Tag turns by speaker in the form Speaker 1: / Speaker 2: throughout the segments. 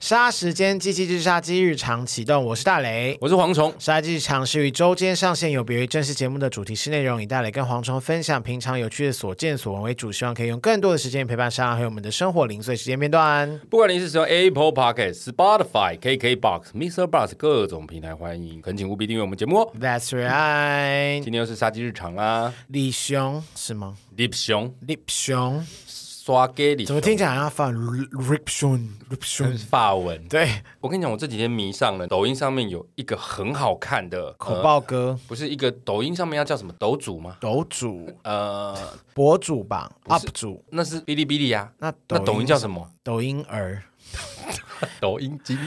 Speaker 1: 杀时间机器之杀机日常启动，我是大雷。
Speaker 2: 我是蝗虫，
Speaker 1: 杀机日常是于周间上线，有别于正式节目的主题式内容，以大雷跟蝗虫分享平常有趣的所见所闻为主，希望可以用更多的时间陪伴上还有我们的生活零碎时间片段。
Speaker 2: 不管您是使用 Apple Podcast、Spotify、KKBox、Mr. Bus 各种平台，欢迎恳请务必订阅我们节目哦。
Speaker 1: That's right，
Speaker 2: 今天又是杀鸡日常啦，
Speaker 1: 李雄是吗？
Speaker 2: 李熊
Speaker 1: 李雄
Speaker 2: 刷给李，
Speaker 1: 怎么听起来好像发 Rip 熊 Rip 熊？
Speaker 2: 法文？
Speaker 1: 对，
Speaker 2: 我跟你讲，我这几天迷上了抖音上面有一个很好看的
Speaker 1: 口，
Speaker 2: 呃
Speaker 1: 爆哥、
Speaker 2: 不是一个抖音上面要叫什么抖主吗？
Speaker 1: 抖主、
Speaker 2: 呃，
Speaker 1: 博主吧
Speaker 2: 是
Speaker 1: ，UP 主，
Speaker 2: 那是哔哩哔哩呀。
Speaker 1: 那
Speaker 2: 那
Speaker 1: 抖
Speaker 2: 抖音叫什么？
Speaker 1: 抖音儿，
Speaker 2: 抖音精，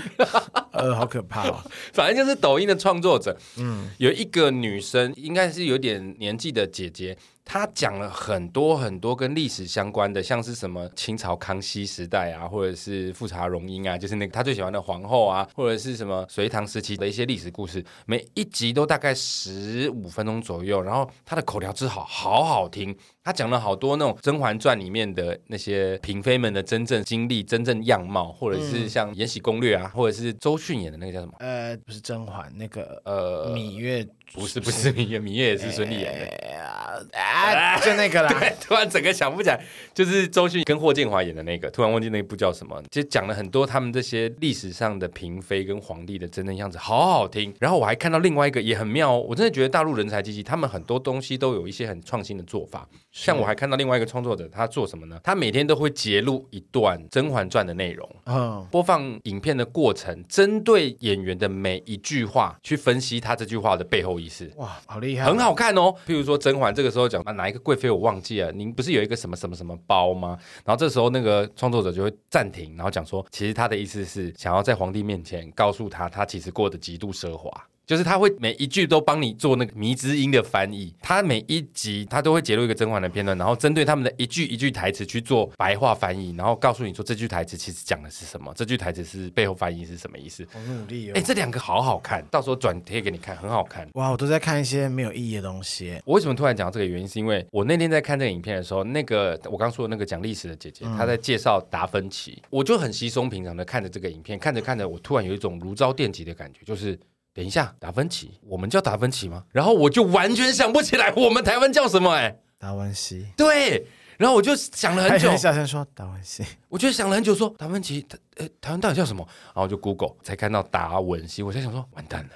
Speaker 1: 呃，好可怕哦！
Speaker 2: 反正就是抖音的创作者。嗯，有一个女生，应该是有点年纪的姐姐，她讲了很多很多跟历史相关的，像是什么清朝康熙时代啊，或者是富察容音啊，就是那个她最喜欢的皇后啊，或者是什么隋唐时期的一些历史故事。每一集都大概十五分钟左右，然后她的口条之好，好好听。她讲了好多那种《甄嬛传》里面的那些嫔妃们的真正经历、真正样貌，或者是像《延禧攻略》啊，或者是周迅演的那个叫什么？
Speaker 1: 呃，不是甄嬛，那个
Speaker 2: 呃，
Speaker 1: 芈月，
Speaker 2: 不是不哎是芈月，芈月也是孙俪演的。
Speaker 1: 啊，就那 个啦。
Speaker 2: 对， 突然整个想不起来，就是周迅跟霍建华演的那个，突然忘记那部叫什么，就讲了很多他们这些历史上的嫔妃跟皇帝的真正样子，好好听。然后我还看到另外一个也很妙、哦，我真的觉得大陆人才济济，他们很多东西都有一些很创新的做法。像我还看到另外一个创作者，他做什么呢？他每天都会截录一段《甄嬛传》的内容，
Speaker 1: 嗯，
Speaker 2: 播放影片的过程，针对演员的每一句话去分析他这句话的背后意思。
Speaker 1: 哇，好厉害，啊
Speaker 2: 很。好看哦。譬如说甄嬛这个时候讲啊，哪一个贵妃我忘记了，您不是有一个什么什么什么包吗？然后这时候那个创作者就会暂停，然后讲说，其实他的意思是想要在皇帝面前告诉他，他其实过得极度奢华。就是他会每一句都帮你做那个迷之音的翻译，他每一集他都会截录一个甄嬛的片段，然后针对他们的一句一句台词去做白话翻译，然后告诉你说这句台词其实讲的是什么，这句台词是背后翻译是什么意思。
Speaker 1: 好努力
Speaker 2: 哎、
Speaker 1: 哦！
Speaker 2: 这两个好好看，到时候转贴给你看，很好看。
Speaker 1: 哇，我都在看一些没有意义的东西。
Speaker 2: 我为什么突然讲到这个原因，是因为我那天在看这个影片的时候，那个我刚说的那个讲历史的姐
Speaker 1: 嗯
Speaker 2: 姐，她在介绍达芬奇，我就很稀松平常的看着这个影片，看着看着，我突然有一种如遭电击的感觉，就是。等一下，达芬奇，我们叫达芬奇吗？然后我就完全想不起来我们台湾叫什么哎、
Speaker 1: 达文西，
Speaker 2: 对，然后我就想了很久
Speaker 1: 还，小声说达文 西，
Speaker 2: 我就想了很久说达芬奇，呃，台湾到底叫什么？然后我就 Google 才看到达文西，我才想说完蛋了，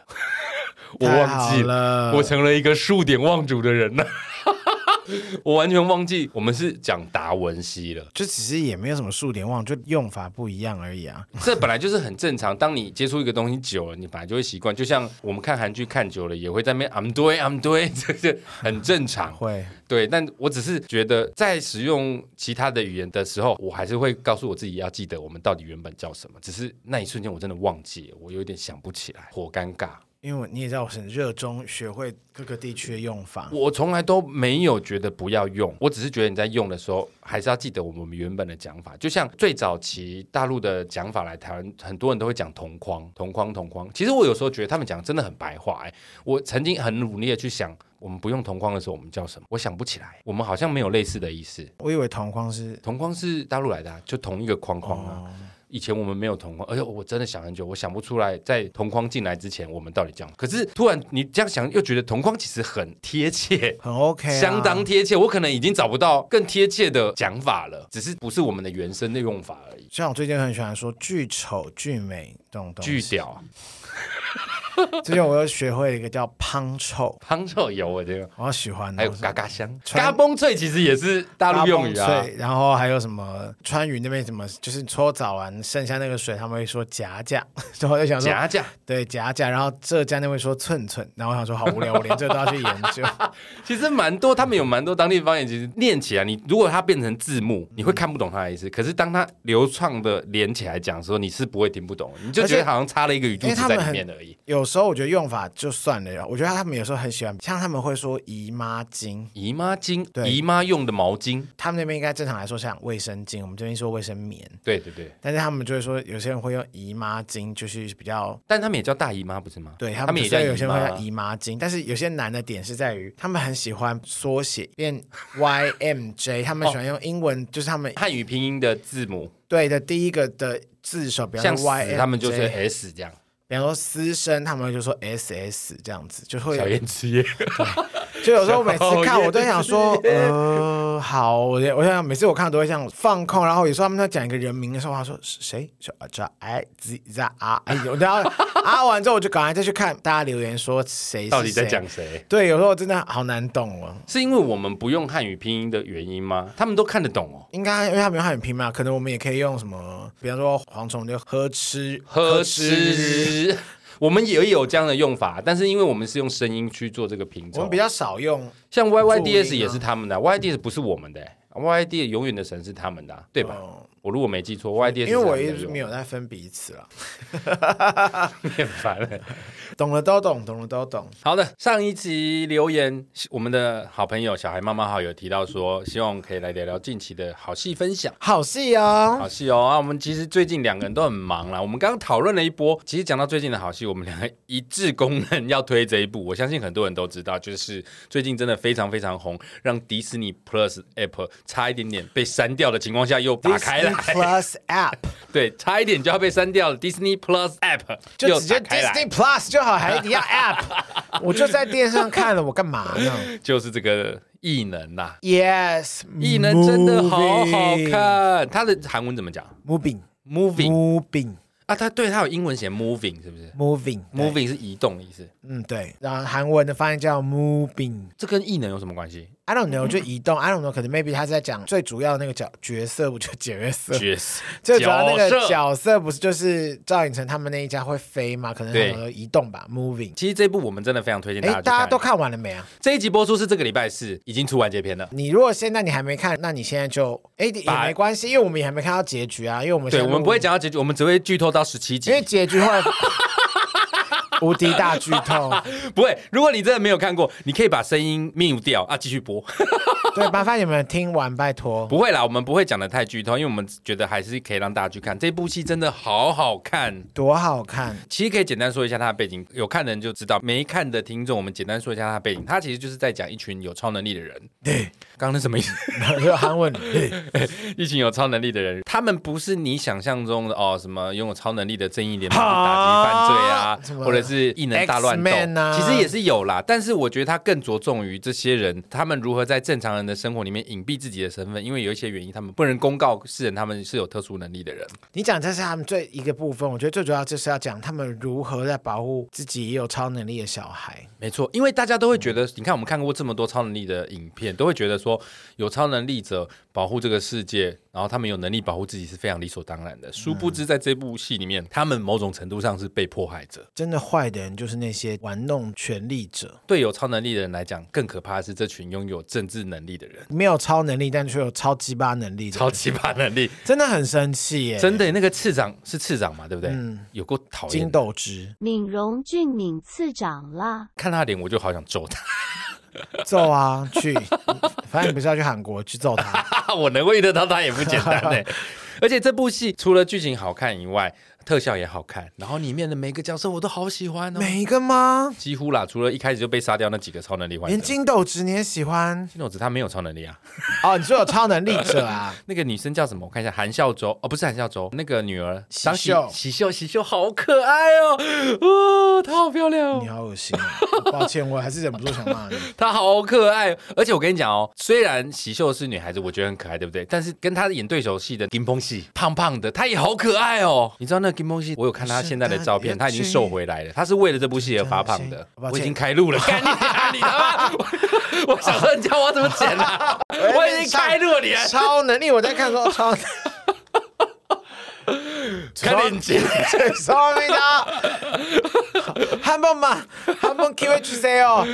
Speaker 2: 我
Speaker 1: 太
Speaker 2: 忘
Speaker 1: 好
Speaker 2: 记了。
Speaker 1: 了。
Speaker 2: 我成了一个数典忘祖的人了。我完全忘记我们是讲达文西了，
Speaker 1: 就其实也没有什么数点忘，就用法不一样而已啊。
Speaker 2: 这本来就是很正常。当你接触一个东西久了，你本来就会习惯。就像我们看韩剧看久了，也会在那边 I'm doing I'm doing，这 是很正常。
Speaker 1: 会，
Speaker 2: 对，但我只是觉得在使用其他的语言的时候，我还是会告诉我自己要记得我们到底原本叫什么。只是那一瞬间我真的忘记了，我有点想不起来，好尴尬。
Speaker 1: 因为我你也知道我是很热衷学会各个地区的用法。
Speaker 2: 我从来都没有觉得不要用，我只是觉得你在用的时候，还是要记得我们原本的讲法。就像最早期大陆的讲法来台湾，很多人都会讲同框、同框、同框。其实我有时候觉得他们讲真的很白话、哎，我曾经很努力的去想，我们不用同框的时候，我们叫什么？我想不起来，我们好像没有类似的意思。
Speaker 1: 我以为同框是
Speaker 2: 同框是大陆来的、啊，就同一个框框啊。以前我们没有同框，而且我真的想很久，我想不出来，在同框进来之前，我们到底讲。可是突然你这样想，又觉得同框其实很贴切。
Speaker 1: 很 OK，、啊、
Speaker 2: 相当贴切。我可能已经找不到更贴切的讲法了，只是不是我们的原生的用法而已。
Speaker 1: 像我最近很喜欢说“巨丑”“巨美”这种东
Speaker 2: 巨
Speaker 1: 西。
Speaker 2: 屌啊，
Speaker 1: 最近我又学会了一个叫“胖臭
Speaker 2: 胖臭油啊，这个”，
Speaker 1: 我好喜欢、哦。
Speaker 2: 还有嘎嘎香、
Speaker 1: 穿
Speaker 2: 嘎嘣脆，其实也是大陆用语
Speaker 1: 拉
Speaker 2: 啊
Speaker 1: 风。脆然后还有什么川渝那边什么，就是搓澡完剩下那个水，他们会说夹夹， 然后我就想说
Speaker 2: 夹夹，
Speaker 1: 对夹夹，然后浙江那边说寸寸，然后我想说好无聊，我连这都要去研 究。
Speaker 2: 其实蛮多，他们有蛮多当地方言，其实念起来，你如果它变成字幕，
Speaker 1: 嗯
Speaker 2: 你会看不懂它的意思。可是当它流畅的连起来讲的时候，你是不会听不懂，你就觉
Speaker 1: 而且
Speaker 2: 得好像插了一个语助
Speaker 1: 因为
Speaker 2: 词
Speaker 1: 他
Speaker 2: 在
Speaker 1: 们
Speaker 2: 里
Speaker 1: 很
Speaker 2: 面而已。
Speaker 1: 有时候我觉得用法就算了，我觉得他们有时候很喜欢，像他们会说姨妈巾，
Speaker 2: 姨妈巾，
Speaker 1: 对
Speaker 2: 姨妈用的毛巾，
Speaker 1: 他们那边应该正常来说像卫生巾，我们这边说卫生棉，
Speaker 2: 对对对，
Speaker 1: 但是他们就会说有些人会用姨妈巾，就是比较。
Speaker 2: 但他们也叫大姨妈不是吗？
Speaker 1: 对他
Speaker 2: 他
Speaker 1: 们
Speaker 2: 们也
Speaker 1: 虽
Speaker 2: 叫
Speaker 1: 然有些
Speaker 2: 姨
Speaker 1: 人会叫
Speaker 2: 妈，
Speaker 1: 姨妈巾，但是有些难的点是在于，他们很喜欢缩写变 YMJ，他们喜欢用英文，就是他们
Speaker 2: 汉语拼音的字母，
Speaker 1: 对的第一个的字首，比方
Speaker 2: 像死
Speaker 1: 说 YMJ，
Speaker 2: 他们就是 S 这样，
Speaker 1: 比方说私生，他们就说 SS 这样子，就会
Speaker 2: 小燕子耶，
Speaker 1: 就有时候我每次看，
Speaker 2: 小
Speaker 1: 我都想说，
Speaker 2: 燕
Speaker 1: 呃，好，我我想每次我看都会像放空，然后有时候他们在讲一个人名的时候，他说是谁？说啊这哎这这啊哎，我然后啊完之后我就赶快再去看大家留言说谁是
Speaker 2: 到底在
Speaker 1: 谁
Speaker 2: 讲谁？
Speaker 1: 对，有时候真的好难懂哦。
Speaker 2: 是因为我们不用汉语拼音的原因吗？他们都看得懂哦。
Speaker 1: 应该因为他们有汉语拼嘛，可能我们也可以用什么，比方说蝗虫就呵吃
Speaker 2: 呵吃，我们也有这样的用法，但是因为我们是用声音去做这个拼
Speaker 1: 我
Speaker 2: 凑
Speaker 1: 们比，较少用，
Speaker 2: 像
Speaker 1: 注
Speaker 2: YYDS
Speaker 1: 音啊
Speaker 2: 也是他们的、y y d s 不是我们的、YYD 欸永远的神是他们的啊、对吧？
Speaker 1: 哦
Speaker 2: 我如果没记错，YDS
Speaker 1: 因为我
Speaker 2: 也
Speaker 1: 一直没有在分彼此了，
Speaker 2: 厌烦了。
Speaker 1: 懂了都懂，懂了都懂。
Speaker 2: 好的，上一集留言，我们的好朋友小孩妈妈好有提到说，希望可以来聊聊近期的好戏分享。
Speaker 1: 好戏哦，
Speaker 2: 好戏哦啊！我们其实最近两个人都很忙啦。我们刚刚讨论了一波，其实讲到最近的好戏，我们两个一致公认要推这一部。我相信很多人都知道，就是最近真的非常非常红，让迪士尼 Plus App 差一点点被删掉的情况下又打开
Speaker 1: Disney
Speaker 2: 来，
Speaker 1: Plus App
Speaker 2: 对，差一点就要被删掉了 Disney Plus App
Speaker 1: 就
Speaker 2: 又
Speaker 1: 直
Speaker 2: 打
Speaker 1: 接
Speaker 2: 开来
Speaker 1: Disney，Plus 就好， 还一定要 App？我就在电视上看了，我干嘛 呢
Speaker 2: 就是这个异能啊啦。
Speaker 1: ？Yes，
Speaker 2: 异能真的好好看，它的韩文怎么讲
Speaker 1: ，Moving，Moving，Moving，Moving，
Speaker 2: ？Moving 啊，它对它有英文写 moving 是不是
Speaker 1: Moving，对
Speaker 2: ？Moving 是移动的意思，
Speaker 1: 嗯对，然后韩文的发音叫 Moving。
Speaker 2: 这跟异能有什么关系？
Speaker 1: I don't know，就移
Speaker 2: 嗯
Speaker 1: 动。I don't know，可能 maybe 他是在讲最主要的那个角角色，不就角色？
Speaker 2: 角色，
Speaker 1: 最主要那
Speaker 2: 角
Speaker 1: 个
Speaker 2: 色
Speaker 1: 角色不是就是赵寅成他们那一家会飞吗？可能
Speaker 2: 对
Speaker 1: 很多移动吧，moving。
Speaker 2: 其实这部我们真的非常推荐大
Speaker 1: 哎
Speaker 2: 家，去
Speaker 1: 大家
Speaker 2: 看。
Speaker 1: 都看完了没啊？
Speaker 2: 这一集播出是这个礼拜四，已经出完结篇了。
Speaker 1: 你如果现在你还没看，那你现在就哎也
Speaker 2: 把
Speaker 1: 没关系，因为我们也还没看到结局啊，因为我们现
Speaker 2: 对，
Speaker 1: 在
Speaker 2: 我
Speaker 1: 录
Speaker 2: 们不会，讲到结局，我们只会剧透到十七集
Speaker 1: 因。为结局会无敌大剧 透。
Speaker 2: 不会，如果你真的没有看过，你可以把声音 mute 掉啊，继续 播。
Speaker 1: 对，麻烦你们听完，拜托。
Speaker 2: 不会啦，我们不会讲的太剧透，因为我们觉得还是可以让大家去看这部戏，真的好好看。
Speaker 1: 多好看！
Speaker 2: 其实可以简单说一下它的背景，有看的人就知道，没看的听众，我们简单说一下它的背景。它其实就是在讲一群有超能力的人。
Speaker 1: 对，
Speaker 2: 刚刚那什么意思？
Speaker 1: 就韩文，对
Speaker 2: 一群有超能力的人，他们不是你想象中的哦，什么拥有超能力的正义联盟去打击犯罪啊
Speaker 1: 什，么
Speaker 2: 或者是异能大乱斗
Speaker 1: X-Men，啊
Speaker 2: 其实也是有啦。但是我觉得他更着重于这些人，他们如何在正常人的生活里面隐蔽自己的身份，因为有一些原因，他们不能公告世人他们是有特殊能力的人。
Speaker 1: 你讲这是他们最一个部分，我觉得最主要就是要讲他们如何在保护自己也有超能力的小孩。
Speaker 2: 没错，因为大家都会觉得，你看我们看过这么多超能力的影片，都会觉得说有超能力者保护这个世界，然后他们有能力保护自己是非常理所当然的。殊不知，在这部戏里面，他们某种程度上是被迫害者。
Speaker 1: 真的坏的人就是那些玩弄权力者，
Speaker 2: 对有超能力的人来讲，更可怕的是这群拥有政治能力的人，
Speaker 1: 没有超能力，但却有超鸡巴能力的人，
Speaker 2: 超级怕能力。
Speaker 1: 真的很生气耶！
Speaker 2: 真的，那个次长是次长嘛，对不对？有够讨
Speaker 1: 金
Speaker 2: 厌的，
Speaker 1: 斗之
Speaker 3: 敏荣俊敏次长啦，
Speaker 2: 看他的脸我就好想揍他。
Speaker 1: 揍啊，去，反正你不是要去韩国去揍他，
Speaker 2: 我能够遇得到他也不简单欸呢。 而且这部戏除了剧情好看以外，特效也好看，然后里面的每个角色我都好喜欢哦。
Speaker 1: 每一个吗？
Speaker 2: 几乎啦，除了一开始就被杀掉那几个超能力患者，
Speaker 1: 连金斗之你也喜欢
Speaker 2: 金斗子他没有超能力啊。
Speaker 1: 哦？你说有超能力者啊？
Speaker 2: 那个女生叫什么？我看一下，韩孝周哦，不是韩孝周，那个女儿
Speaker 1: 喜
Speaker 2: 张喜
Speaker 1: 秀
Speaker 2: 喜秀，喜秀好可爱哦，哇、她好漂亮、
Speaker 1: 你
Speaker 2: 哦，
Speaker 1: 好恶心啊！抱歉，我还是忍不住想骂你。
Speaker 2: 她好可爱。而且我跟你讲哦，虽然喜秀是女孩子，我觉得很可爱，对不对？但是跟她演对手戏的金鹏戏，胖胖的，她也好可爱哦。你知道那个金鹏戏，我有看她现在的照片，她已经瘦回来了，她是为了这部戏而发胖的。
Speaker 1: 抱歉
Speaker 2: 我已经开录了，干你啊 你他妈！我我想说你教我怎么剪啊？我已经开录了，你啊还
Speaker 1: 超能力，我在看说哦超。
Speaker 2: 看你剪。
Speaker 1: Sorry 的，한번만한번기회주세요。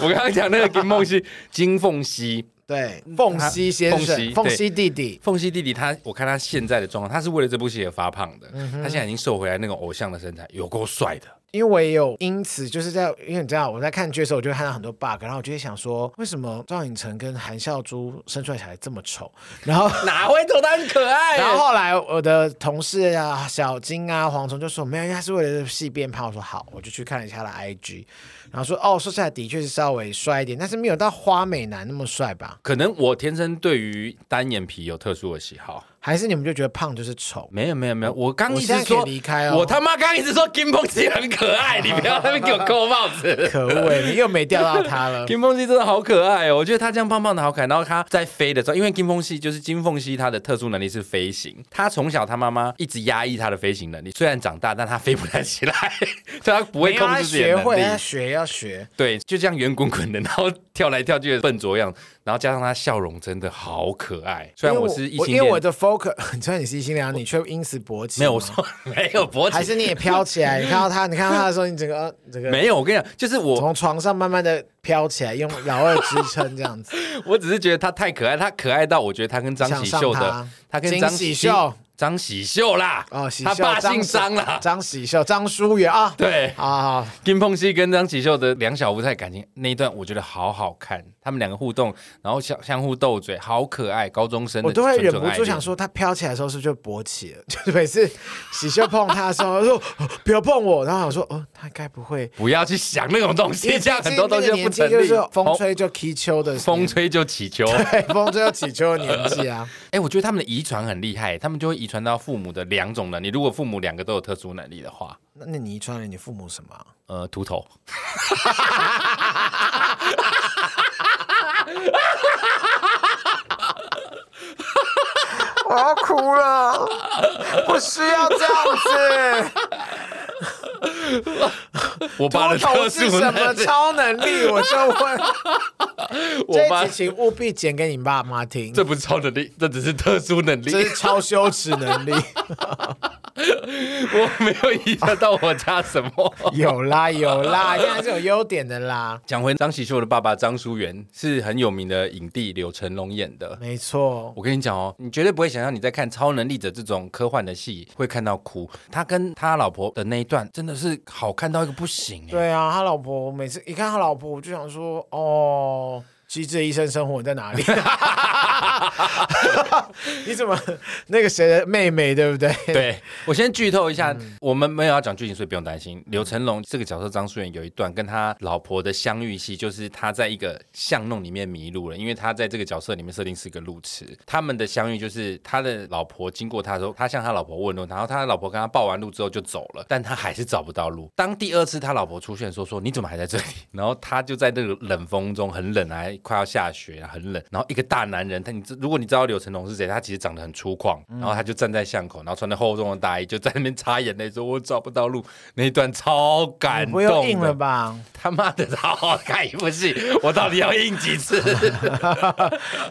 Speaker 2: 我刚刚讲那个金梦溪，金凤溪，
Speaker 1: 对，凤西先生，
Speaker 2: 凤
Speaker 1: 凤
Speaker 2: 西
Speaker 1: 西弟弟，
Speaker 2: 凤溪弟弟他，我看
Speaker 1: 嗯
Speaker 2: 他现在的状况，他是为了这部戏而发胖的，他现在已经瘦回来那个偶像的身材，有够帅的。
Speaker 1: 因为我也有因此就是在，因为你知道我在看剧的时候，我就会看到很多 bug，然后我就会想说，为什么赵寅成跟韩孝珠生出来小孩这么丑？然后。
Speaker 2: 哪会头他很可爱？
Speaker 1: 然后后来我的同事啊，小金啊，黄虫就说没有，因为他是为了戏变胖。我说好，我就去看了一下他的 IG，然后说哦，说起来的确是稍微帅一点，但是没有到花美男那么帅吧？
Speaker 2: 可能我天生对于单眼皮有特殊的喜好。
Speaker 1: 还是你们就觉得胖就是丑？
Speaker 2: 没有没有没有，我刚
Speaker 1: 我
Speaker 2: 一
Speaker 1: 现
Speaker 2: 直
Speaker 1: 在可
Speaker 2: 说
Speaker 1: 以离开哦
Speaker 2: 我他妈刚一直说金凤姬很可 爱，你不要在那边给我扣帽子。
Speaker 1: 可恶欸，你又没钓到他了。
Speaker 2: 金凤熙真的好可爱哦，我觉得他这样胖胖的好可爱。然后他在飞的时候，因为金凤熙就是金凤熙，他的特殊能力是飞行。他从小他妈妈一直压抑他的飞行能力，虽然长大，但他飞不太起来， 所以他不会
Speaker 1: 没有
Speaker 2: 控
Speaker 1: 他
Speaker 2: 制自己的
Speaker 1: 学
Speaker 2: 能
Speaker 1: 会，
Speaker 2: 力。
Speaker 1: 他学要学。
Speaker 2: 对，就这样圆滚滚的，然后跳来跳去的笨拙样，然后加上他笑容真的好可爱。虽然
Speaker 1: 因为
Speaker 2: 我是异性
Speaker 1: 因为我
Speaker 2: 恋，
Speaker 1: 的 focus，虽然你是异性 恋，你却因此勃起。
Speaker 2: 没有我， 说没有勃
Speaker 1: 还
Speaker 2: 起，
Speaker 1: 是你也飘起来？你看到他，你看到他的时候，你整个呃整个
Speaker 2: 没有。我跟你讲，就是我
Speaker 1: 从床上慢慢的飘起来，用老二支撑这样子。
Speaker 2: 我只是觉得他太可爱，他可爱到我觉得他跟张喜
Speaker 1: 想
Speaker 2: 秀
Speaker 1: 上
Speaker 2: 的
Speaker 1: 他，
Speaker 2: 他跟
Speaker 1: 金
Speaker 2: 张
Speaker 1: 喜秀，
Speaker 2: 张喜秀啦，
Speaker 1: 哦，喜
Speaker 2: 他
Speaker 1: 秀
Speaker 2: 爸姓
Speaker 1: 喜
Speaker 2: 张啦，
Speaker 1: 张喜秀，张淑媛啊。
Speaker 2: 对。
Speaker 1: 啊，好
Speaker 2: 金凤熙跟张喜秀的两小无猜感情那一段，我觉得好好看，他们两个互动，然后相相互斗嘴，好可爱，高中生的
Speaker 1: 我都会
Speaker 2: 纯
Speaker 1: 忍
Speaker 2: 纯
Speaker 1: 不
Speaker 2: 爱
Speaker 1: 住
Speaker 2: 恋
Speaker 1: 想，说，他飘起来的时候是不是就勃起了？就是每次喜秀碰他的时候，他说哦不要碰我，然后我说哦，他该不会
Speaker 2: 不要去想那种 东
Speaker 1: 因
Speaker 2: 西，
Speaker 1: 为
Speaker 2: 这样很多东西都
Speaker 1: 毕
Speaker 2: 不
Speaker 1: 竟
Speaker 2: 成
Speaker 1: 那个年纪
Speaker 2: 立。
Speaker 1: 就是风
Speaker 2: 哦
Speaker 1: 吹就起秋的
Speaker 2: 风
Speaker 1: 年纪，
Speaker 2: 吹就起 球，
Speaker 1: 对，风吹就起秋的年纪 啊。
Speaker 2: 哎，我觉得他们的遗传很厉害，他们就会遗传到父母的两种能力。如果父母两个都有特殊能力的话，
Speaker 1: 那那你遗传了你父母什么啊？
Speaker 2: 呃，秃头。
Speaker 1: 我要哭了，不需要这 样子。
Speaker 2: 我爸
Speaker 1: 秃
Speaker 2: 的特
Speaker 1: 头
Speaker 2: 殊
Speaker 1: 是什么
Speaker 2: 能力
Speaker 1: 超能力？我就问。
Speaker 2: 我
Speaker 1: 这
Speaker 2: 爸
Speaker 1: 一集请务必剪给你爸妈听，
Speaker 2: 这不是超能力，这只是特殊能力
Speaker 1: 这。是超羞耻能 力。
Speaker 2: 我没有遗传到我家 什么。
Speaker 1: 有啦有啦，现在是有优点的啦。
Speaker 2: 讲回张喜秀的爸爸张淑元是很有名的影帝，柳成龙演的。
Speaker 1: 没错，
Speaker 2: 我跟你讲哦，你绝对不会想象你在看《超能力者》这种科幻的戏会看到哭。他跟他老婆的那一段真的是好看到一个不行哎。
Speaker 1: 对啊，他老婆，我每次一看他老婆，我就想说，哦，机智的医生生活在哪里？ 你怎么那个谁的妹妹对不对？
Speaker 2: 对我先剧透一下，我们没有要讲剧情，所以不用担心。柳成龙这个角色张淑媛有一段跟他老婆的相遇戏，就是他在一个巷弄里面迷路了，因为他在这个角色里面设定是一个路痴。他们的相遇就是他的老婆经过他的时候，他向他老婆问路，然后他的老婆跟他报完路之后就走了，但他还是找不到路。当第二次他老婆出现说说你怎么还在这里？ 然后他就在那个冷风中很冷啊，快要下雪啊，很冷。然后一个大男人，他你知如果你知道柳成龙是谁，他其实长得很粗犷，然后他就站在巷口，然后穿着厚重的大衣，就在那边擦眼泪说：“我找不到路。”那一段超感
Speaker 1: 你
Speaker 2: 动
Speaker 1: 不
Speaker 2: 的，
Speaker 1: 用硬了吧？
Speaker 2: 他妈的，好好看一部戏，我到底要硬几次？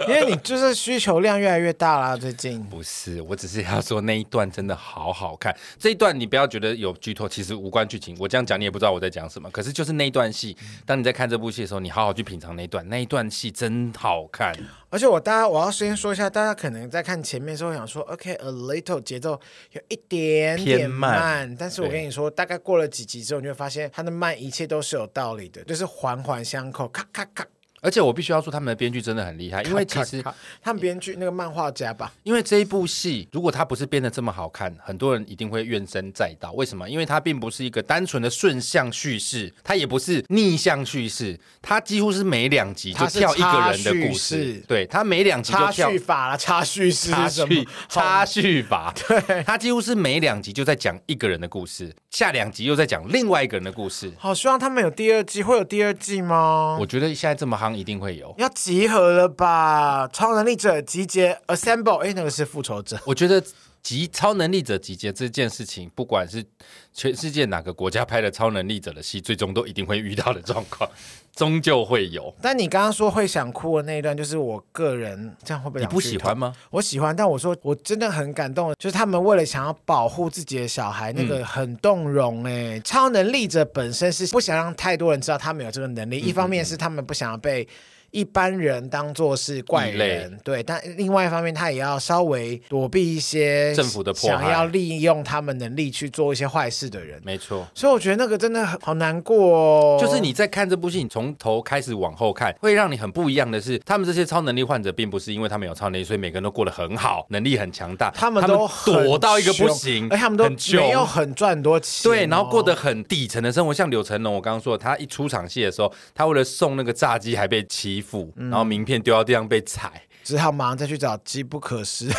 Speaker 1: 因为你就是需求量越来越大啦，最近。
Speaker 2: 不是，我只是要说那一段真的好好看。 这一段你不要觉得有剧透，其实无关剧情。我这样讲你也不知道我在讲什么，可是就是那一段戏，
Speaker 1: 嗯
Speaker 2: 当你在看这部戏的时候，你好好去品尝那一段，那一段戏真好看。
Speaker 1: 而且我大家我要先说一下，大家可能在看前面的时候想说，OK，a、little 节奏有一点
Speaker 2: 偏
Speaker 1: 点
Speaker 2: 慢
Speaker 1: 但是我跟你说，大概过了几集之后，你会发现它的慢一切都是有道理的，就是环环相扣，咔咔咔。
Speaker 2: 而且我必须要说，他们的编剧真的很厉害，因为其实
Speaker 1: 咔咔他们编剧那个漫画家吧，
Speaker 2: 因为这一部戏，如果它不是编得这么好看，很多人一定会怨声载道。为什么？因为它并不是一个单纯的顺向叙事，它也不是逆向叙事，它几乎是每两集就
Speaker 1: 它是
Speaker 2: 跳一个人的
Speaker 1: 插叙
Speaker 2: 故事
Speaker 1: 事。
Speaker 2: 对，它每两集就
Speaker 1: 插
Speaker 2: 跳
Speaker 1: 叙法啦，插叙是
Speaker 2: 插
Speaker 1: 什么
Speaker 2: 叙？插
Speaker 1: 好
Speaker 2: 叙 法，对，他几乎是每两集就在讲一个人的故事，下两集又在讲另外一个人的故事。
Speaker 1: 好希望他们有第二季，会有第二季吗
Speaker 2: 我？觉得现在这么夯一定会有。
Speaker 1: 要集合了吧？超能力者集结 assemble，哎，那个是复仇者。
Speaker 2: 我觉得集超能力者集结这件事情，不管是全世界哪个国家拍的超能力者的戏，最终都一定会遇到的状况，终究会有。
Speaker 1: 但你刚刚说会想哭的那一段，就是我个人这样会不会
Speaker 2: 你
Speaker 1: 讲
Speaker 2: 不
Speaker 1: 剧
Speaker 2: 喜
Speaker 1: 透
Speaker 2: 欢吗？
Speaker 1: 我喜欢，但我说我真的很感动，就是他们为了想要保护自己的小孩，那
Speaker 2: 嗯
Speaker 1: 个很动容哎、
Speaker 2: 嗯
Speaker 1: 超能力者本身是不想让太多人知道他们有这个能力，一方面是他们不想要被。一般人当做是怪
Speaker 2: 异
Speaker 1: 人，对，但另外一方面，他也要稍微躲避一些
Speaker 2: 政府的迫害
Speaker 1: 想要利用他们能力去做一些坏事的人。
Speaker 2: 没错。
Speaker 1: 所以我觉得那个真的很好难过哦。
Speaker 2: 就是你在看这部戏，你从头开始往后看，会让你很不一样的是，他们这些超能力患者，并不是因为他们有超能力，所以每个人都过得很好，能力很强大，
Speaker 1: 他们都很
Speaker 2: 躲到一个不
Speaker 1: 穷
Speaker 2: 行，
Speaker 1: 而且他们都
Speaker 2: 很穷
Speaker 1: 没有很赚很多钱哦、
Speaker 2: 对，然后过得很底层的生活，像柳成龙，我刚刚说的，他一出场戏的时候，他为了送那个炸鸡还被欺负，
Speaker 1: 嗯
Speaker 2: 然后名片丢到地上被踩，
Speaker 1: 只好马上再去找机不可失。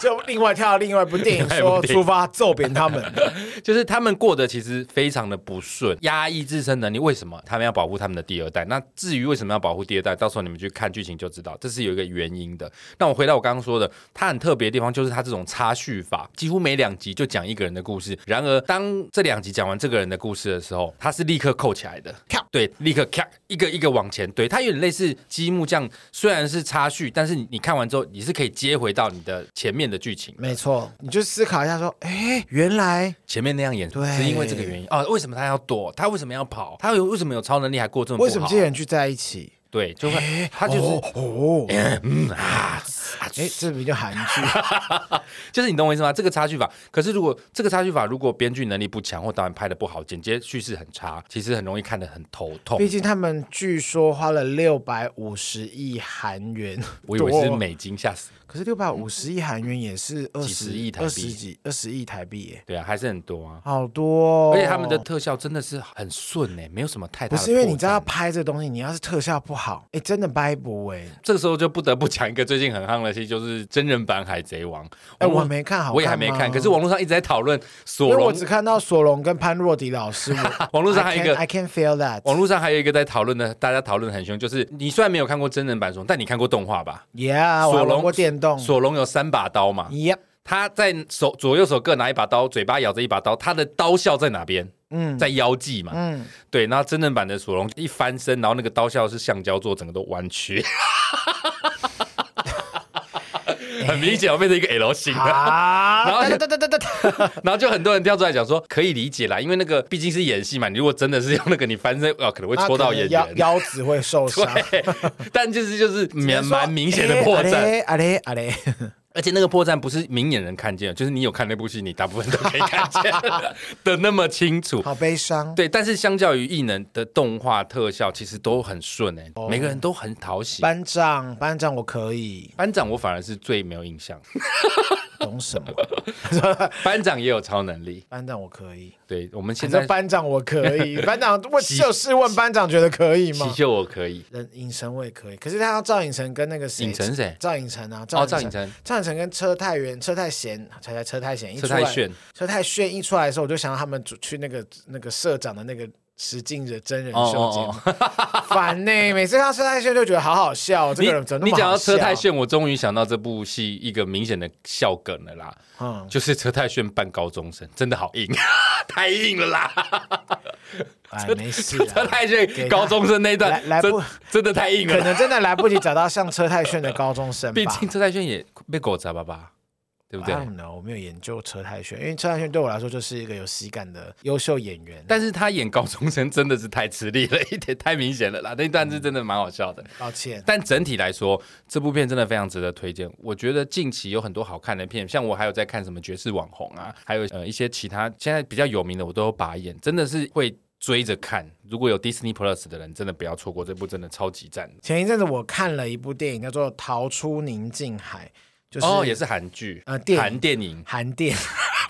Speaker 1: 就另外跳到另外一部电影
Speaker 2: 另外一
Speaker 1: 说
Speaker 2: 部电影
Speaker 1: 出发揍扁他 们，
Speaker 2: 就是他们过得其实非常的不顺，压抑自身能力。为什么他们要保护他们的第二代？那至于为什么要保护第二代，到时候你们去看剧情就知道，这是有一个原因的。那我回到我刚刚说的，它很特别的地方就是它这种插叙法，几乎每两集就讲一个人的故事。然而，当这两集讲完这个人的故事的时候，它是立刻扣起来的，
Speaker 1: 跳
Speaker 2: 对，立刻咔一个一个往前堆，它有点类似积木这样，虽然是插叙，但是你你看完之后，你是可以接回到你的前面的剧情。
Speaker 1: 没错，你就思考一下说，哎，原来
Speaker 2: 前面那样演，
Speaker 1: 对
Speaker 2: 是因为这个原因啊？为什么他要躲？他为什么要跑？他有为什么有超能力还过这么不好？
Speaker 1: 为什么这些人聚在一起？
Speaker 2: 对，就会他就是、
Speaker 1: 哦哦，哎，
Speaker 2: 嗯啊，
Speaker 1: 这不就韩 剧？
Speaker 2: 就是你懂我意思吗？这个差距法，可是如果这个差距法如果编剧能力不强或导演拍的不好，剪接叙事很差，其实很容易看得很头痛
Speaker 1: 毕。竟他们据说花了六百五十亿韩元，
Speaker 2: 我以为是
Speaker 1: 多，
Speaker 2: 美金，吓死！
Speaker 1: 可是六百五十亿韩元也是二
Speaker 2: 几十
Speaker 1: 十
Speaker 2: 亿台币
Speaker 1: 二十几、二十亿台币耶，
Speaker 2: 对啊，还是很多啊。
Speaker 1: 好多哦。
Speaker 2: 而且他们的特效真的是很顺哎、没有什么太大
Speaker 1: 不
Speaker 2: 的。
Speaker 1: 是因为你知道，拍这东西，你要是特效不好，哎，真的掰不哎。
Speaker 2: 这个时候就不得不讲一个最近很夯的戏，就是真人版《海贼王》。
Speaker 1: 哎，
Speaker 2: 网
Speaker 1: 我没看好，
Speaker 2: 我也还没看，可是。网络上一直在讨论
Speaker 1: 因
Speaker 2: 索
Speaker 1: 为
Speaker 2: 隆
Speaker 1: 我只看到索隆跟潘若迪老师，我
Speaker 2: 网络上啊还有一个
Speaker 1: I can I can feel that，
Speaker 2: 网络上还有一个在讨论的，大家讨论得很凶，就是你虽然没有看过真人版索隆，但你看过动画吧？
Speaker 1: ，Yeah，我还
Speaker 2: 索隆
Speaker 1: 玩过电动
Speaker 2: 索隆有三把刀嘛，
Speaker 1: ，Yep，
Speaker 2: 他在手左右手各拿一把刀，嘴巴咬着一把刀，他的刀鞘在哪边？
Speaker 1: 嗯
Speaker 2: 在腰际嘛。
Speaker 1: 嗯，
Speaker 2: 对，然后真人版的索隆一翻身，然后那个刀鞘是橡胶做，整个都弯曲。 很明显，我变成一
Speaker 1: 哎
Speaker 2: 个 L 型了。
Speaker 1: 啊，
Speaker 2: 然后
Speaker 1: 哒哒哒哒哒哒，
Speaker 2: 然后就很多人跳出来讲说，可以理解啦，因为那个毕竟是演戏嘛，你如果真的是用那个，你翻身哦，可 能会戳到演员。
Speaker 1: 啊可能腰腰子会受伤。
Speaker 2: 对，但就是就是蛮
Speaker 1: 说
Speaker 2: 蛮明显的破绽，
Speaker 1: 哎啊嘞啊嘞，啊嘞
Speaker 2: 而且那个破绽不是明眼人看见的，就是你有看那部戏，你大部分都可以看 见的那么清楚。
Speaker 1: 好悲伤。
Speaker 2: 对，但是相较于异能的动画特效，其实都很顺哎、每个人都很讨
Speaker 1: 哦
Speaker 2: 喜。
Speaker 1: 班长，班长，我可以
Speaker 2: 班长我反而是最没有印象，
Speaker 1: 懂什么？
Speaker 2: 班长也有超能力。
Speaker 1: 班长，我可以。
Speaker 2: 对我们现
Speaker 1: 现
Speaker 2: 在
Speaker 1: 在班长，我可 以。班长问就是问班长，觉得可以
Speaker 2: 喜
Speaker 1: 吗？
Speaker 2: 秀我可以，
Speaker 1: 人影神我也可以，可是他要赵影城跟那个谁？
Speaker 2: 影城谁
Speaker 1: 赵影城啊，
Speaker 2: 哦，
Speaker 1: 赵
Speaker 2: 赵
Speaker 1: 影
Speaker 2: 寅
Speaker 1: 城。
Speaker 2: 成、
Speaker 1: 赵影城跟车太元、车太贤，才才车太贤一
Speaker 2: 车
Speaker 1: 出
Speaker 2: 太
Speaker 1: 来，
Speaker 2: 炫，
Speaker 1: 车太炫一出来的时候，我就想到他们主去那个那个社长的那个实境的真人秀节目，
Speaker 2: 哦哦
Speaker 1: 烦呢、每次看到车太炫就觉得好好笑哦，这
Speaker 2: 你
Speaker 1: 个人怎么
Speaker 2: 你
Speaker 1: 那么
Speaker 2: 讲
Speaker 1: 好
Speaker 2: 到
Speaker 1: 笑？
Speaker 2: 车太，炫，我终于想到这部戏一个明显的笑梗了啦。
Speaker 1: 嗯，
Speaker 2: 就是车太炫扮高中生，真的好硬， 太硬了啦！
Speaker 1: 哎，没事
Speaker 2: 车
Speaker 1: 啦，
Speaker 2: 太炫高中生那一段
Speaker 1: 来，来
Speaker 2: 真
Speaker 1: 不
Speaker 2: 真的太硬
Speaker 1: 可
Speaker 2: 了啦。
Speaker 1: 能真的来不及找到像车太炫的高中生吧。
Speaker 2: 毕竟车太炫也被狗砸吧吧，对不对
Speaker 1: I？don't know，我没有研究车太炫，因为车太炫对我来说就是一个有喜感的优秀演员。
Speaker 2: 但是他演高中生真的是太吃力了一点， 太明显了啦。那一段
Speaker 1: 嗯
Speaker 2: 是真的蛮好笑的。
Speaker 1: 抱歉，
Speaker 2: 但整体来说，这部片真的非常值得推荐。我觉得近期有很多好看的片，像我还有在看什么《绝世网红》啊，还有呃一些其他现在比较有名的，我都有把眼，真的是会追着看。如果有 Disney Plus 的人，真的不要错过这部，真的超级赞。
Speaker 1: 前一阵子我看了一部电影叫做《逃出宁静海》，就是
Speaker 2: 哦，也是韩剧，
Speaker 1: 呃电影
Speaker 2: 韩电影，
Speaker 1: 韩电。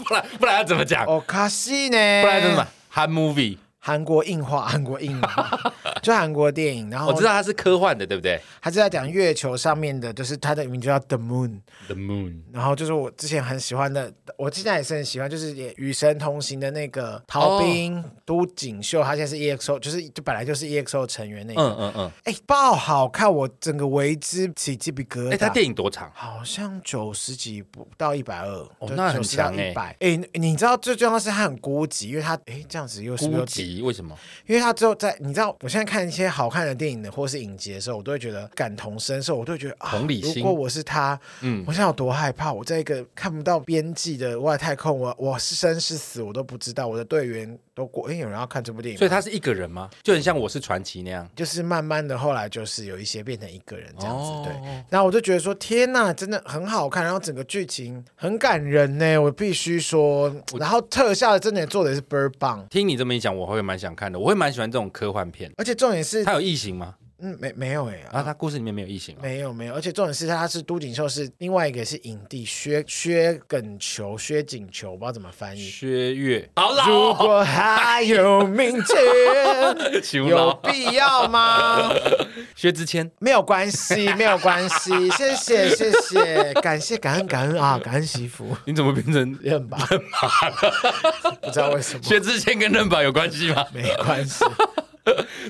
Speaker 2: 不然不然要怎么讲？
Speaker 1: 哦，卡西呢？
Speaker 2: 不然要怎么讲韩 movie？
Speaker 1: 韩国硬化，韩国硬 化，就韩国电影。然后
Speaker 2: 我知道它是科幻的，对不对
Speaker 1: 他就在讲月球上面的，就是它的名字叫 The Moon，
Speaker 2: ？The Moon。
Speaker 1: 然后就是我之前很喜欢的，我现在也是很喜欢，就是也与神同行的那个逃兵、
Speaker 2: 哦
Speaker 1: 都锦绣，他现在是 EXO，就是就本来就是 EXO 成员那
Speaker 2: 嗯
Speaker 1: 个，
Speaker 2: 嗯嗯。
Speaker 1: 哎、爆好看，我整个为之起鸡皮疙瘩。
Speaker 2: 哎，它电影多长？
Speaker 1: 好像九十几不到一百二，
Speaker 2: 哦
Speaker 1: 就
Speaker 2: 那很
Speaker 1: 90到
Speaker 2: 强欸
Speaker 1: 100哎、你知道最重要是他很孤寂，因为他哎、这样子又是不是
Speaker 2: 孤
Speaker 1: 有
Speaker 2: 寂？为什么？
Speaker 1: 因为他之后在，你知道，我现在看一些好看的电影的或是影集的时候，我都会觉得感同身受，我都会觉得啊，
Speaker 2: 同理
Speaker 1: 如
Speaker 2: 心
Speaker 1: 果我是他，
Speaker 2: 嗯
Speaker 1: 嗯，我现在有多害怕？我在一个看不到边际的外太空，我我是生是死我都不知道，我的队员都过，哎，有人要看这部电影吗，
Speaker 2: 所以他是一个人吗？就很像我是传奇那样。
Speaker 1: 就是慢慢的，后来就是有一些变成一个人这样子，
Speaker 2: 哦
Speaker 1: 对。然后我就觉得说，天呐，真的很好看，然后整个剧情很感人呢，我必须说。然后特效真的也做的也是倍儿棒，
Speaker 2: 听你这么一讲，我会蛮想看的，我会蛮喜欢这种科幻片。
Speaker 1: 而且重点是，
Speaker 2: 它有异形吗？
Speaker 1: 嗯，没没有哎、
Speaker 2: 啊，它故事里面没有异形啊。
Speaker 1: 没有没有，而且重点是他是都锦秀是另外一个是影帝薛薛梗球薛景球，我不知道怎么翻译。
Speaker 2: 薛岳，好
Speaker 1: 如果还有明天，
Speaker 2: 求
Speaker 1: 有
Speaker 2: 饶。
Speaker 1: 必要吗？
Speaker 2: 薛之谦，
Speaker 1: 没有关系，没有关系，谢谢谢谢，感谢感恩感恩啊，感恩媳妇。
Speaker 2: 你怎么变成
Speaker 1: 认吧，认吧，不知道为什么，
Speaker 2: 薛之谦跟任宝有关系吗？
Speaker 1: 没关系。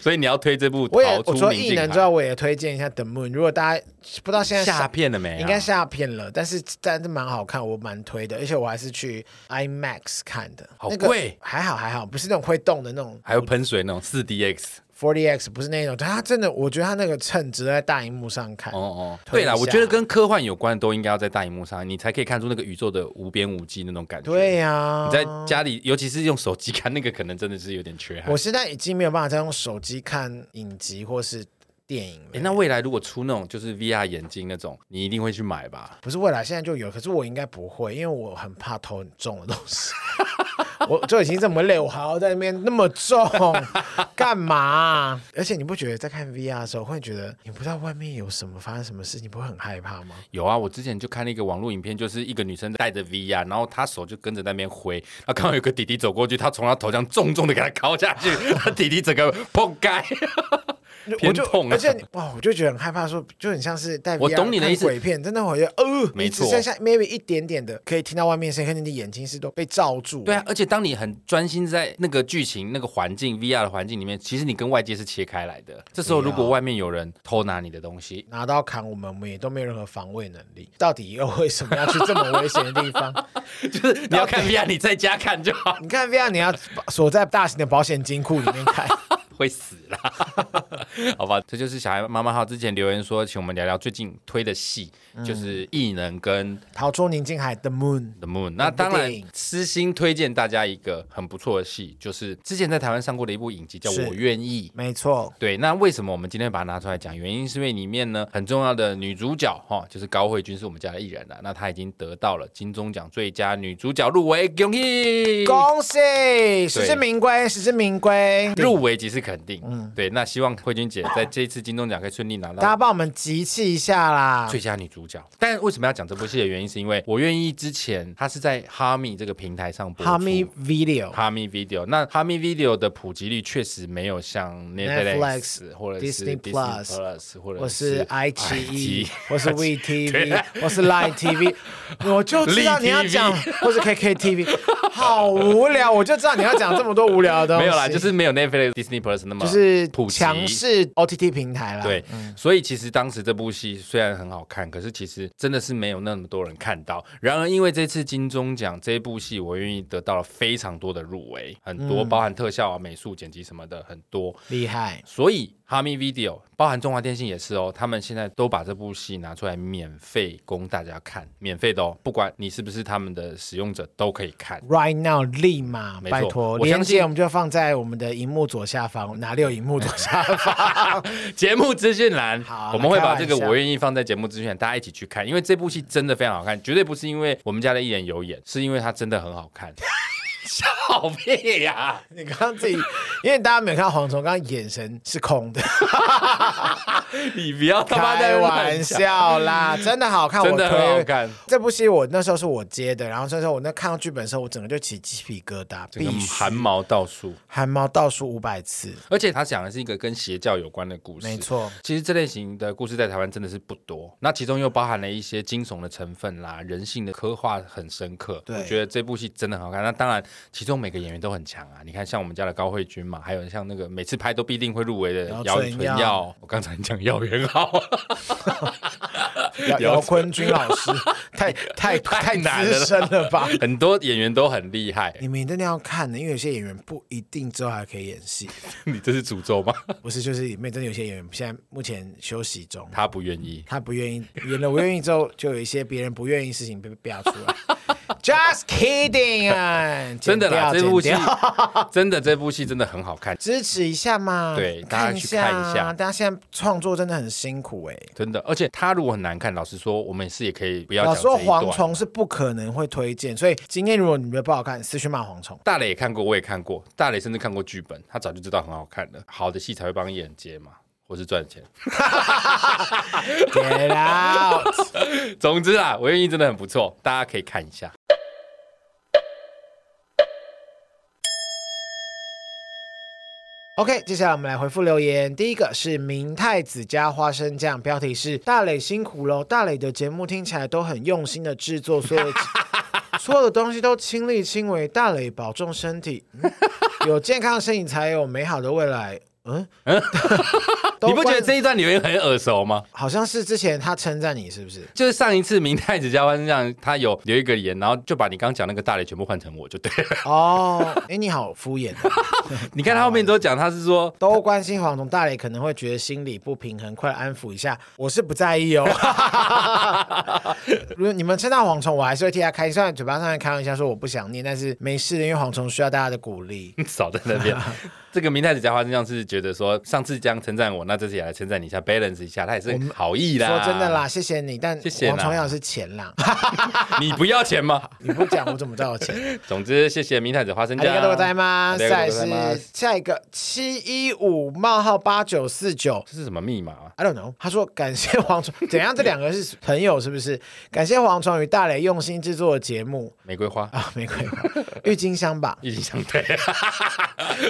Speaker 2: 所以你要推这部《
Speaker 1: 我也
Speaker 2: 逃
Speaker 1: 我
Speaker 2: 出
Speaker 1: 说
Speaker 2: 宁
Speaker 1: 异
Speaker 2: 静海
Speaker 1: 能之》后，我也推荐一下《The Moon》，如果大家不知道现在
Speaker 2: 下片了没啊？
Speaker 1: 应该下片了，但是但是蛮好看，我蛮推的，而且我还是去 IMAX 看的，
Speaker 2: 好
Speaker 1: 那个
Speaker 2: 贵哎
Speaker 1: 还好还好，不是那种会动的那种
Speaker 2: 还有喷水那种四 DX。
Speaker 1: 40X，不是那种，但它真的，我觉得它那个称值在大荧幕上看，
Speaker 2: 哦哦，
Speaker 1: 推
Speaker 2: 对
Speaker 1: 一
Speaker 2: 啦，
Speaker 1: 下
Speaker 2: 我觉得跟科幻有关的都应该要在大荧幕上，你才可以看出那个宇宙的无边无际那种感觉。
Speaker 1: 对啊呀、
Speaker 2: 你在家里，尤其是用手机看那个，可能真的是有点缺憾
Speaker 1: 我。现在已经没有办法再用手机看影集或是电影了。
Speaker 2: 诶那未来如果出那种就是 VR 眼镜那种，你一定会去买吧？
Speaker 1: 不是未来现在就有，可是我应该不会，因为我很怕头很重的东西。 我就已经这么累，我还要在那边那么重，干嘛啊、而且你不觉得在看 VR 的时候，会觉得你不知道外面有什么发生什么事，你不会很害怕 吗？
Speaker 2: 有啊，我之前就看了一个网络影片，就是一个女生戴着 VR，然后她手就跟着那边挥，然后刚好有个弟弟走过去，她从她头上重重的给她敲下去，她弟弟整个 砰盖。
Speaker 1: 我
Speaker 2: 偏
Speaker 1: 就
Speaker 2: 痛啊
Speaker 1: 而且哇，我就觉得很害怕说就很像是戴 VR
Speaker 2: 我懂你的
Speaker 1: 看
Speaker 2: 意思
Speaker 1: 鬼片真的我觉得呃，
Speaker 2: 没
Speaker 1: 你只
Speaker 2: 错
Speaker 1: 剩下 maybe 一点点的可以听到外面的声音，可是你的眼睛是都被罩住。
Speaker 2: 对啊，而且当你很专心在那个剧情、那个环境、VR 的环境里面，其实你跟外界是切开来的。这时候，
Speaker 1: 对啊
Speaker 2: 如果外面有人偷拿你的 东西，
Speaker 1: 拿刀砍我们，我们也都没有任何防卫能力。到底又为什么要去这么危险的地方？
Speaker 2: 就是你要看 VR，你在家看就好，
Speaker 1: 你看 VR，你要锁在大型的保险金库里面 看。
Speaker 2: 会死啦。 好吧，这就是小孩妈妈号之前留言说，请我们聊聊最近推的戏，
Speaker 1: 嗯
Speaker 2: 就是《异能》跟《
Speaker 1: 逃出宁静海的 Moon，
Speaker 2: The Moon》。那当
Speaker 1: 电
Speaker 2: 然
Speaker 1: 影，
Speaker 2: 私心推荐大家一个很不错的戏，就是之前在台湾上过的一部影集，叫
Speaker 1: 是
Speaker 2: 《我愿意》。
Speaker 1: 没错，
Speaker 2: 对，那为什么我们今天把它拿出来讲？原因是因为里面呢很重要的女主角哈、就是高慧君是我们家的艺人啦、那她已经得到了金钟奖最佳女主角入围，恭喜！
Speaker 1: 恭喜，实至名归，实至名归。
Speaker 2: 入围即是肯定，
Speaker 1: 嗯
Speaker 2: 对。那希望慧君姐在这一次金钟奖可以顺利拿
Speaker 1: 大家
Speaker 2: 到。
Speaker 1: 帮我们集气一下啦！
Speaker 2: 最佳女主角，但为什么要讲这部戏的原因，是因为我愿意之前它是在哈密这个平台上播出
Speaker 1: 哈密 Video、
Speaker 2: 哈密 Video，那哈密 Video 的普及率确实没没有像 Netflix 或者是
Speaker 1: Disney Plus
Speaker 2: Plus 或
Speaker 1: 我
Speaker 2: 者
Speaker 1: 是爱奇
Speaker 2: E
Speaker 1: 艺，我是 E
Speaker 2: 对
Speaker 1: VTV，我是 Line TV，我就知道你要讲
Speaker 2: 立，
Speaker 1: 或是 KKTV，好无聊，我就知道你要讲这么多无聊的东西。
Speaker 2: 没有啦，就是没有 Netflix、Disney Plus 那么
Speaker 1: 就是
Speaker 2: 普及
Speaker 1: 强势啊嗯 OTT 平台啦。
Speaker 2: 对，所以其实当时这部戏虽然很好看，可是其实真的是没有那么多人看到。然而，因为这次金钟奖这一部戏，我愿意得到了非常多的入围，很
Speaker 1: 嗯
Speaker 2: 多、包含特效啊、美术、剪辑什么的很多。
Speaker 1: 厉害，
Speaker 2: 所以哈密 Video 包含中华电信也是哦，他们现在都把这部戏拿出来免费供大家看，免费的哦，不管你是不是他们的使用者都可以看。
Speaker 1: Right now，立马，
Speaker 2: 没错
Speaker 1: 拜托，
Speaker 2: 我相
Speaker 1: 链
Speaker 2: 信
Speaker 1: 接我们就放在我们的荧幕左下方，哪里有荧幕左下 方？
Speaker 2: 节目资讯栏，
Speaker 1: 好
Speaker 2: 我们会把这个
Speaker 1: 来开玩笑
Speaker 2: 我愿意放在节目资讯栏，大家一起去看，因为这部戏真的非常好看，绝对不是因为我们家的艺人有演，是因为它真的很好 看。笑屁呀、
Speaker 1: 你刚刚自己，因为大家没有看到蝗虫，刚刚眼神是空的，
Speaker 2: 你不 要他妈在
Speaker 1: 开玩，笑啦，真的好看，
Speaker 2: 真的
Speaker 1: 我推
Speaker 2: 很好看。
Speaker 1: 这部戏我那时候是我接的，然后那时候我那看到剧本的时候，我整个就起鸡皮疙瘩，
Speaker 2: 整
Speaker 1: 必
Speaker 2: 个
Speaker 1: 须
Speaker 2: 汗毛倒竖，
Speaker 1: 汗毛倒数五百次，
Speaker 2: 而且他讲的是一个跟邪教有关的故事。
Speaker 1: 没错，
Speaker 2: 其实这类型的故事在台湾真的是不多，那其中又包含了一些惊悚的成分啦，人性的刻画很深刻。
Speaker 1: 对
Speaker 2: 我觉得这部戏真的很好看。那当然，其中每个演员都很强啊。你看，像我们家的高慧君嘛，还有像那个每次拍都必定会入围的
Speaker 1: 姚
Speaker 2: 姚
Speaker 1: 淳
Speaker 2: 纯
Speaker 1: 耀
Speaker 2: 耀，我刚才讲姚元浩，
Speaker 1: 姚
Speaker 2: 姚
Speaker 1: 姚坤君老 师太太
Speaker 2: 太
Speaker 1: 太
Speaker 2: 难
Speaker 1: 资
Speaker 2: 了
Speaker 1: 深了吧？
Speaker 2: 很多演员都很厉害。
Speaker 1: 你们真的要看的，因为有些演员不一定之后还可以演戏，
Speaker 2: 你这是诅咒吗？
Speaker 1: 不是就是里面真的有些演员现在目前休息中，
Speaker 2: 他不愿意。
Speaker 1: 他不愿意演了，我愿意之后就有一些别人不愿意的事情被被标出来， Just kidding 啊，
Speaker 2: 真的啦，
Speaker 1: 剪
Speaker 2: 这
Speaker 1: 掉
Speaker 2: 部戏
Speaker 1: 剪掉
Speaker 2: 真的这部戏真的很好看，
Speaker 1: 支持一下嘛，
Speaker 2: 对大家
Speaker 1: 看
Speaker 2: 去看一下
Speaker 1: 大家现在创作真的很辛苦哎、
Speaker 2: 真的。而且它如果很难看，老实说，我们也是也可以不要
Speaker 1: 老
Speaker 2: 讲
Speaker 1: 实
Speaker 2: 这
Speaker 1: 说，
Speaker 2: 一
Speaker 1: 蝗
Speaker 2: 段。
Speaker 1: 虫是不可能会推荐，所以今天如果你觉得不好看，私讯骂蝗虫。
Speaker 2: 大磊也看过，我也看过，大磊甚至看过剧本，他早就知道很好看的，好的戏才会帮艺人接嘛，或是赚钱。
Speaker 1: Get out！
Speaker 2: 总之啊，我愿意真的很不错，大家可以看一下。
Speaker 1: OK，接下来我们来回复留言。第一个是明太子加花生酱，标题是“大磊辛苦喽”。大磊的节目听起来都很用心的制作， 所有所有的东西都亲力亲为。大磊保重身 体，嗯有健康的身体才有美好的未来。嗯，都
Speaker 2: 你不觉得
Speaker 1: 关
Speaker 2: 这一段留言很耳熟吗？
Speaker 1: 好像是之前他称赞你是不是？
Speaker 2: 就是上一次明太子加花生酱，他有留一个言，然后就把你刚刚讲那个大磊全部换成我就对了。
Speaker 1: 哦，哎，你好敷衍哦、
Speaker 2: 你看他后面都讲他是说
Speaker 1: 都关心黄总大磊可能会觉得心理不平衡，快来安抚一下。我是不在意哦。如果你们称赞蝗虫，我还是会替他开心。虽然嘴巴上面开玩笑说我不想念，但是没事的，因为蝗虫需要大家的鼓励。
Speaker 2: 少在那 边。这个明太子加花生酱是觉得说上次这样称赞我，那这次也来称赞你一下，balance 一下，他也是好意啦。
Speaker 1: 说真的，啦，谢谢你，但
Speaker 2: 谢谢啦
Speaker 1: 蝗虫要的是钱啦，
Speaker 2: 你不要钱吗？
Speaker 1: 你不讲我怎么知道有钱？
Speaker 2: 总之，谢谢明太子花生
Speaker 1: あり
Speaker 2: 酱。
Speaker 1: がとうございます。
Speaker 2: あり
Speaker 1: 再
Speaker 2: が
Speaker 1: 来
Speaker 2: とうございます
Speaker 1: 是下一个七一五冒号八九四九。
Speaker 2: 这是什么密码 啊？
Speaker 1: I don't know。他说感谢蝗虫，怎样？这两个人是朋友是不是？感谢蝗虫与大磊用心制作的节目
Speaker 2: 玫瑰花，
Speaker 1: 啊，玫瑰花、郁金香 吧。
Speaker 2: 一心相对。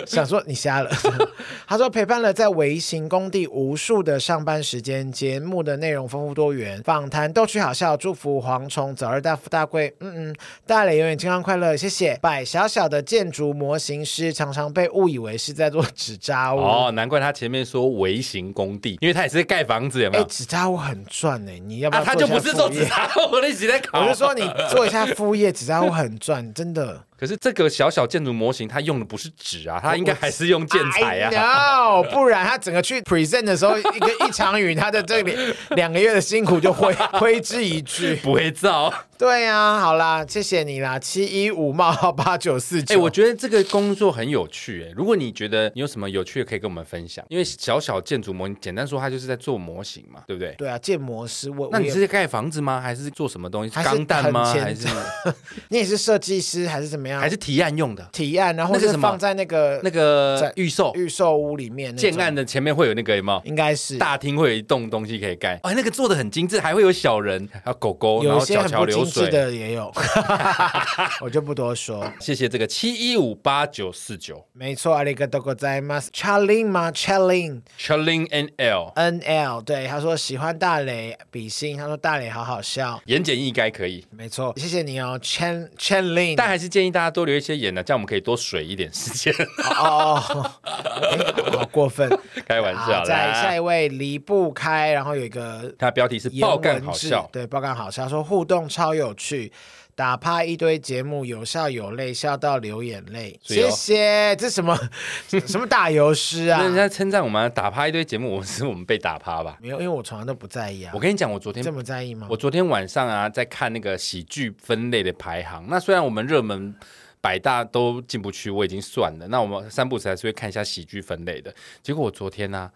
Speaker 1: 想说你瞎了。 他说陪伴了在微型工地无数的上班时间，节目的内容丰富多元，访谈逗趣好笑，祝福蝗虫早日大富大贵。嗯嗯，大磊永远健康快乐，谢谢。摆小小的建筑模型师常常被误以为是在做纸扎屋。
Speaker 2: 哦，难怪他前面说微型工地，因为他也是盖房子，有没
Speaker 1: 哎、
Speaker 2: 有？
Speaker 1: 纸扎屋很赚呢、你要不
Speaker 2: 啊，
Speaker 1: 要、
Speaker 2: 他就不是做纸，扎，我一直在考。
Speaker 1: 我是说你做一下副业，纸扎屋很赚，真的。
Speaker 2: 可是这个小小建筑模型，它用的不是纸啊，它应该还是用建材
Speaker 1: 哎
Speaker 2: 啊。
Speaker 1: No，不然他整个去 present 的时候，一个一场雨，他的这里两个月的辛苦就挥 挥之一炬。
Speaker 2: 不会造，
Speaker 1: 对呀、好啦，谢谢你啦，七一五冒号八九四
Speaker 2: 哎、
Speaker 1: 九。
Speaker 2: 我觉得这个工作很有趣、哎，如果你觉得你有什么有趣的，可以跟我们分享。因为小小建筑模型，简单说，它就是在做模型嘛，对不对？
Speaker 1: 对啊，建模师，我
Speaker 2: 那你
Speaker 1: 我
Speaker 2: 是盖房子吗？还是做什么东西？
Speaker 1: 还是
Speaker 2: 钢弹吗？
Speaker 1: 很前
Speaker 2: 还是
Speaker 1: 也你也是设计师还是怎么样？
Speaker 2: 还是提案用的？
Speaker 1: 提案，然后
Speaker 2: 那是
Speaker 1: 是
Speaker 2: 什么
Speaker 1: 放在那个个
Speaker 2: 那个
Speaker 1: 呃在
Speaker 2: 预售
Speaker 1: 预售屋里面那种
Speaker 2: 建案，的前面会有那个有没有？
Speaker 1: 应该是
Speaker 2: 大厅会有一栋东西可以盖，哎，那个做的很精致，还会有小人，还有狗狗，然
Speaker 1: 有一
Speaker 2: 后
Speaker 1: 些
Speaker 2: 小
Speaker 1: 很
Speaker 2: 桥
Speaker 1: 不
Speaker 2: 流
Speaker 1: 精致
Speaker 2: 水。
Speaker 1: 的也有， 我就不多说。
Speaker 2: 谢谢这个七一五八九四九
Speaker 1: 没错，阿里嘎多哥在吗？Charlin 吗？Charlin。
Speaker 2: Chilling and L，
Speaker 1: N L 对他说喜欢大磊比心，他说大磊好好笑，
Speaker 2: 言简意赅可以，
Speaker 1: 没错，谢谢你哦，Chen Chen Lin，
Speaker 2: 但还是建议大家多留一些言呢，这样我们可以多水一点时间。
Speaker 1: 哦哦，哦哎好过分，
Speaker 2: 开玩笑
Speaker 1: 好再下一
Speaker 2: 啦。
Speaker 1: 位离不开，然后有一个
Speaker 2: 它标题是爆干好
Speaker 1: 颜文
Speaker 2: 笑
Speaker 1: 字，对，爆干好笑，说互动超有趣。打趴一堆节目，有笑有泪，笑到流眼泪。
Speaker 2: 所以哦
Speaker 1: 谢谢，这什么什么打油诗啊
Speaker 2: 那？人家称赞我们打趴一堆节目，我们是我们被打趴吧？
Speaker 1: 没有，因为我从来都不在意啊
Speaker 2: 我。跟你讲，我昨天
Speaker 1: 这么在意吗？
Speaker 2: 我昨天晚上啊，在看那个喜剧分类的排行。那虽然我们热门百大都进不去，我已经算了。那我们三不时还是会看一下喜剧分类的。结果我昨天呢、啊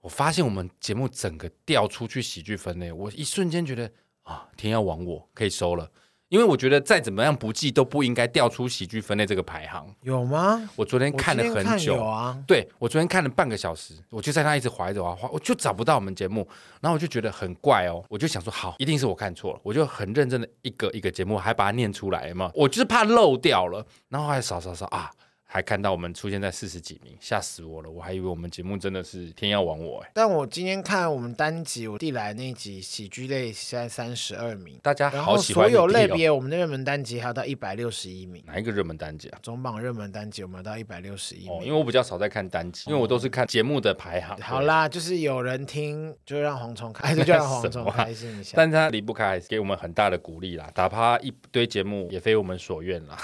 Speaker 2: 我发现我们节目整个掉出去喜剧分类，我一瞬间觉得啊，天要亡我，可以收了。因为我觉得再怎么样不济都不应该掉出喜剧分类这个排行。
Speaker 1: 有吗？
Speaker 2: 我昨天
Speaker 1: 我
Speaker 2: 看了
Speaker 1: 今天
Speaker 2: 很
Speaker 1: 看
Speaker 2: 久
Speaker 1: 有啊，
Speaker 2: 对我昨天看了半个小时，我就在那一直划一直划划，我就找不到我们节目，然后我就觉得很怪哦，我就想说好，一定是我看错了，我就很认真的一个一个节目还把它念出来嘛，我就是怕漏掉了，然后还扫扫扫啊，还看到我们出现在四十几名，吓死我了，我还以为我们节目真的是天要亡我哎，
Speaker 1: 但我今天看我们单集，我弟来那集喜剧类现在三十二名，
Speaker 2: 大家
Speaker 1: 然
Speaker 2: 好
Speaker 1: 后
Speaker 2: 喜
Speaker 1: 所
Speaker 2: 欢你弟
Speaker 1: 有
Speaker 2: 哦
Speaker 1: 类别我们的热门单集还有到一百六十一名，
Speaker 2: 哪一个热门单集啊？
Speaker 1: 总榜热门单集我们有到一百六十一
Speaker 2: 哦，
Speaker 1: 名。
Speaker 2: 因为我比较少在看单集，因为我都是看节目的排行。
Speaker 1: 好。啦，就是有人听，就让蝗虫开，哎就让蝗 虫开心一下。
Speaker 2: 啊但是他离不开，还是给我们很大的鼓励啦，打趴一堆节目也非我们所愿啦，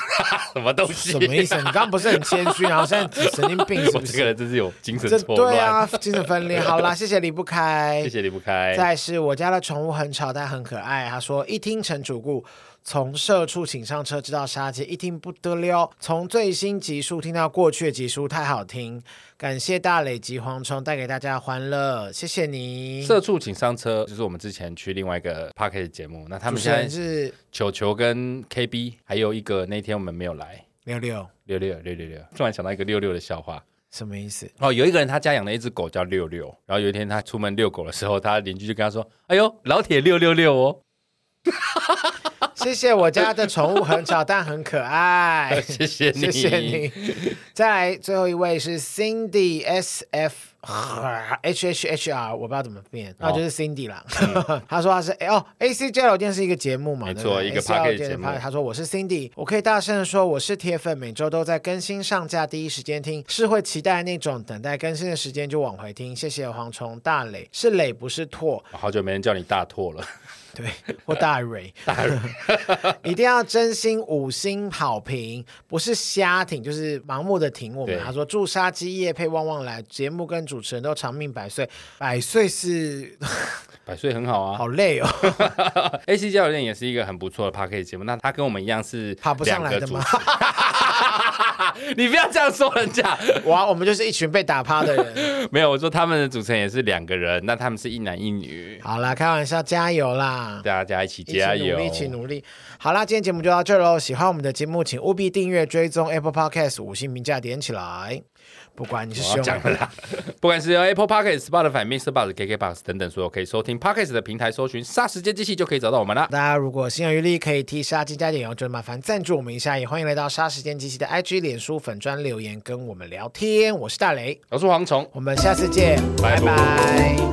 Speaker 2: 什么东西？
Speaker 1: 什么意思？你刚刚不是是很谦虚，然后现在神经病是
Speaker 2: 我
Speaker 1: 不
Speaker 2: 这个
Speaker 1: 是？
Speaker 2: 人真是有精神
Speaker 1: 这
Speaker 2: 错
Speaker 1: 对
Speaker 2: 乱。
Speaker 1: 啊，精神分裂。好啦，谢谢离不开，
Speaker 2: 谢谢离不开。
Speaker 1: 再是我家的宠物很吵，但很可爱。他说，一听陈主顾，从社畜请上车，直到杀戒，一听不得了。从最新集数听到过去的集数，太好听。感谢大磊及蝗虫带给大家欢乐，谢谢你。
Speaker 2: 社畜请上车，就是我们之前去另外一个 p a r k e t 节目，那他
Speaker 1: 主
Speaker 2: 们
Speaker 1: 持
Speaker 2: 现在
Speaker 1: 人是
Speaker 2: 球球跟 KB，还有一个那天我们没有来
Speaker 1: 六六，
Speaker 2: 六六六六六，突然想到一个六六的笑话。
Speaker 1: 什么意思？
Speaker 2: 哦，有一个人他家养了一只狗叫六六，然后有一天他出门遛狗的时候，他邻居就跟他说：“哎呦，老铁六六六哦。。
Speaker 1: 谢谢我家的宠物很吵，但很可爱
Speaker 2: 哎 谢谢你
Speaker 1: 谢谢 你。再来最后一位是 Cindy S F H H H R，我不知道怎么变，那、
Speaker 2: 哦
Speaker 1: 就是 Cindy 啦。 他说他是哦，A C J 老店是一个节目嘛，
Speaker 2: 嗯没
Speaker 1: 对
Speaker 2: 错
Speaker 1: 不对
Speaker 2: 一个
Speaker 1: ACL
Speaker 2: podcast
Speaker 1: 店的
Speaker 2: 节目
Speaker 1: podcast 他说我是 Cindy，我可以大声的说我是铁粉，每周都在更新上架，第一时间听，是会期待那种等待更新的时间就往回听。谢谢蝗虫大磊，是磊不是拓，
Speaker 2: 哦好久没人叫你大拓了，
Speaker 1: 对，或大 蕊，大蕊，一定要真心五星好评，不是瞎挺，就是盲目的挺我们。啊
Speaker 2: 对
Speaker 1: 他说祝杀鸡夜配旺旺来，节目跟主持人都长命百岁，百岁是
Speaker 2: 百岁很好啊。
Speaker 1: 好累哦，
Speaker 2: A C 教练也是一个很不错的 p a r k e t 节目，那他跟我们一样是
Speaker 1: 爬不上来的吗
Speaker 2: 两个主持？ 你不要这样说人家，
Speaker 1: 哇，我们就是一群被打趴的人。
Speaker 2: 没有，我说他们的主持人也是两个人，那他们是一男一女，
Speaker 1: 好啦，开玩笑，加油啦！
Speaker 2: 大家一起
Speaker 1: 一起
Speaker 2: 加
Speaker 1: 努
Speaker 2: 油，
Speaker 1: 力，一起努力。好啦，今天节目就到这喽。喜欢我们的节目，请务必订阅、追踪 Apple Podcast 五星评价点起来。不管你是
Speaker 2: 我
Speaker 1: 使
Speaker 2: 要
Speaker 1: 用
Speaker 2: 讲了啦。不管是 Apple Podcast、Spotify、Mr. Box、KKBox 等等所有可以收听 Podcast 的平台，搜寻“霎时间机器”就可以找到我们啦。
Speaker 1: 大家如果心有余力，可以替杀鸡加点油，就麻烦赞助我们一下，也欢迎来到杀时间机器的 IG、脸书粉专留言跟我们聊天。我是大雷，
Speaker 2: 我是蝗虫，
Speaker 1: 我们下次见，
Speaker 2: 拜
Speaker 1: 拜拜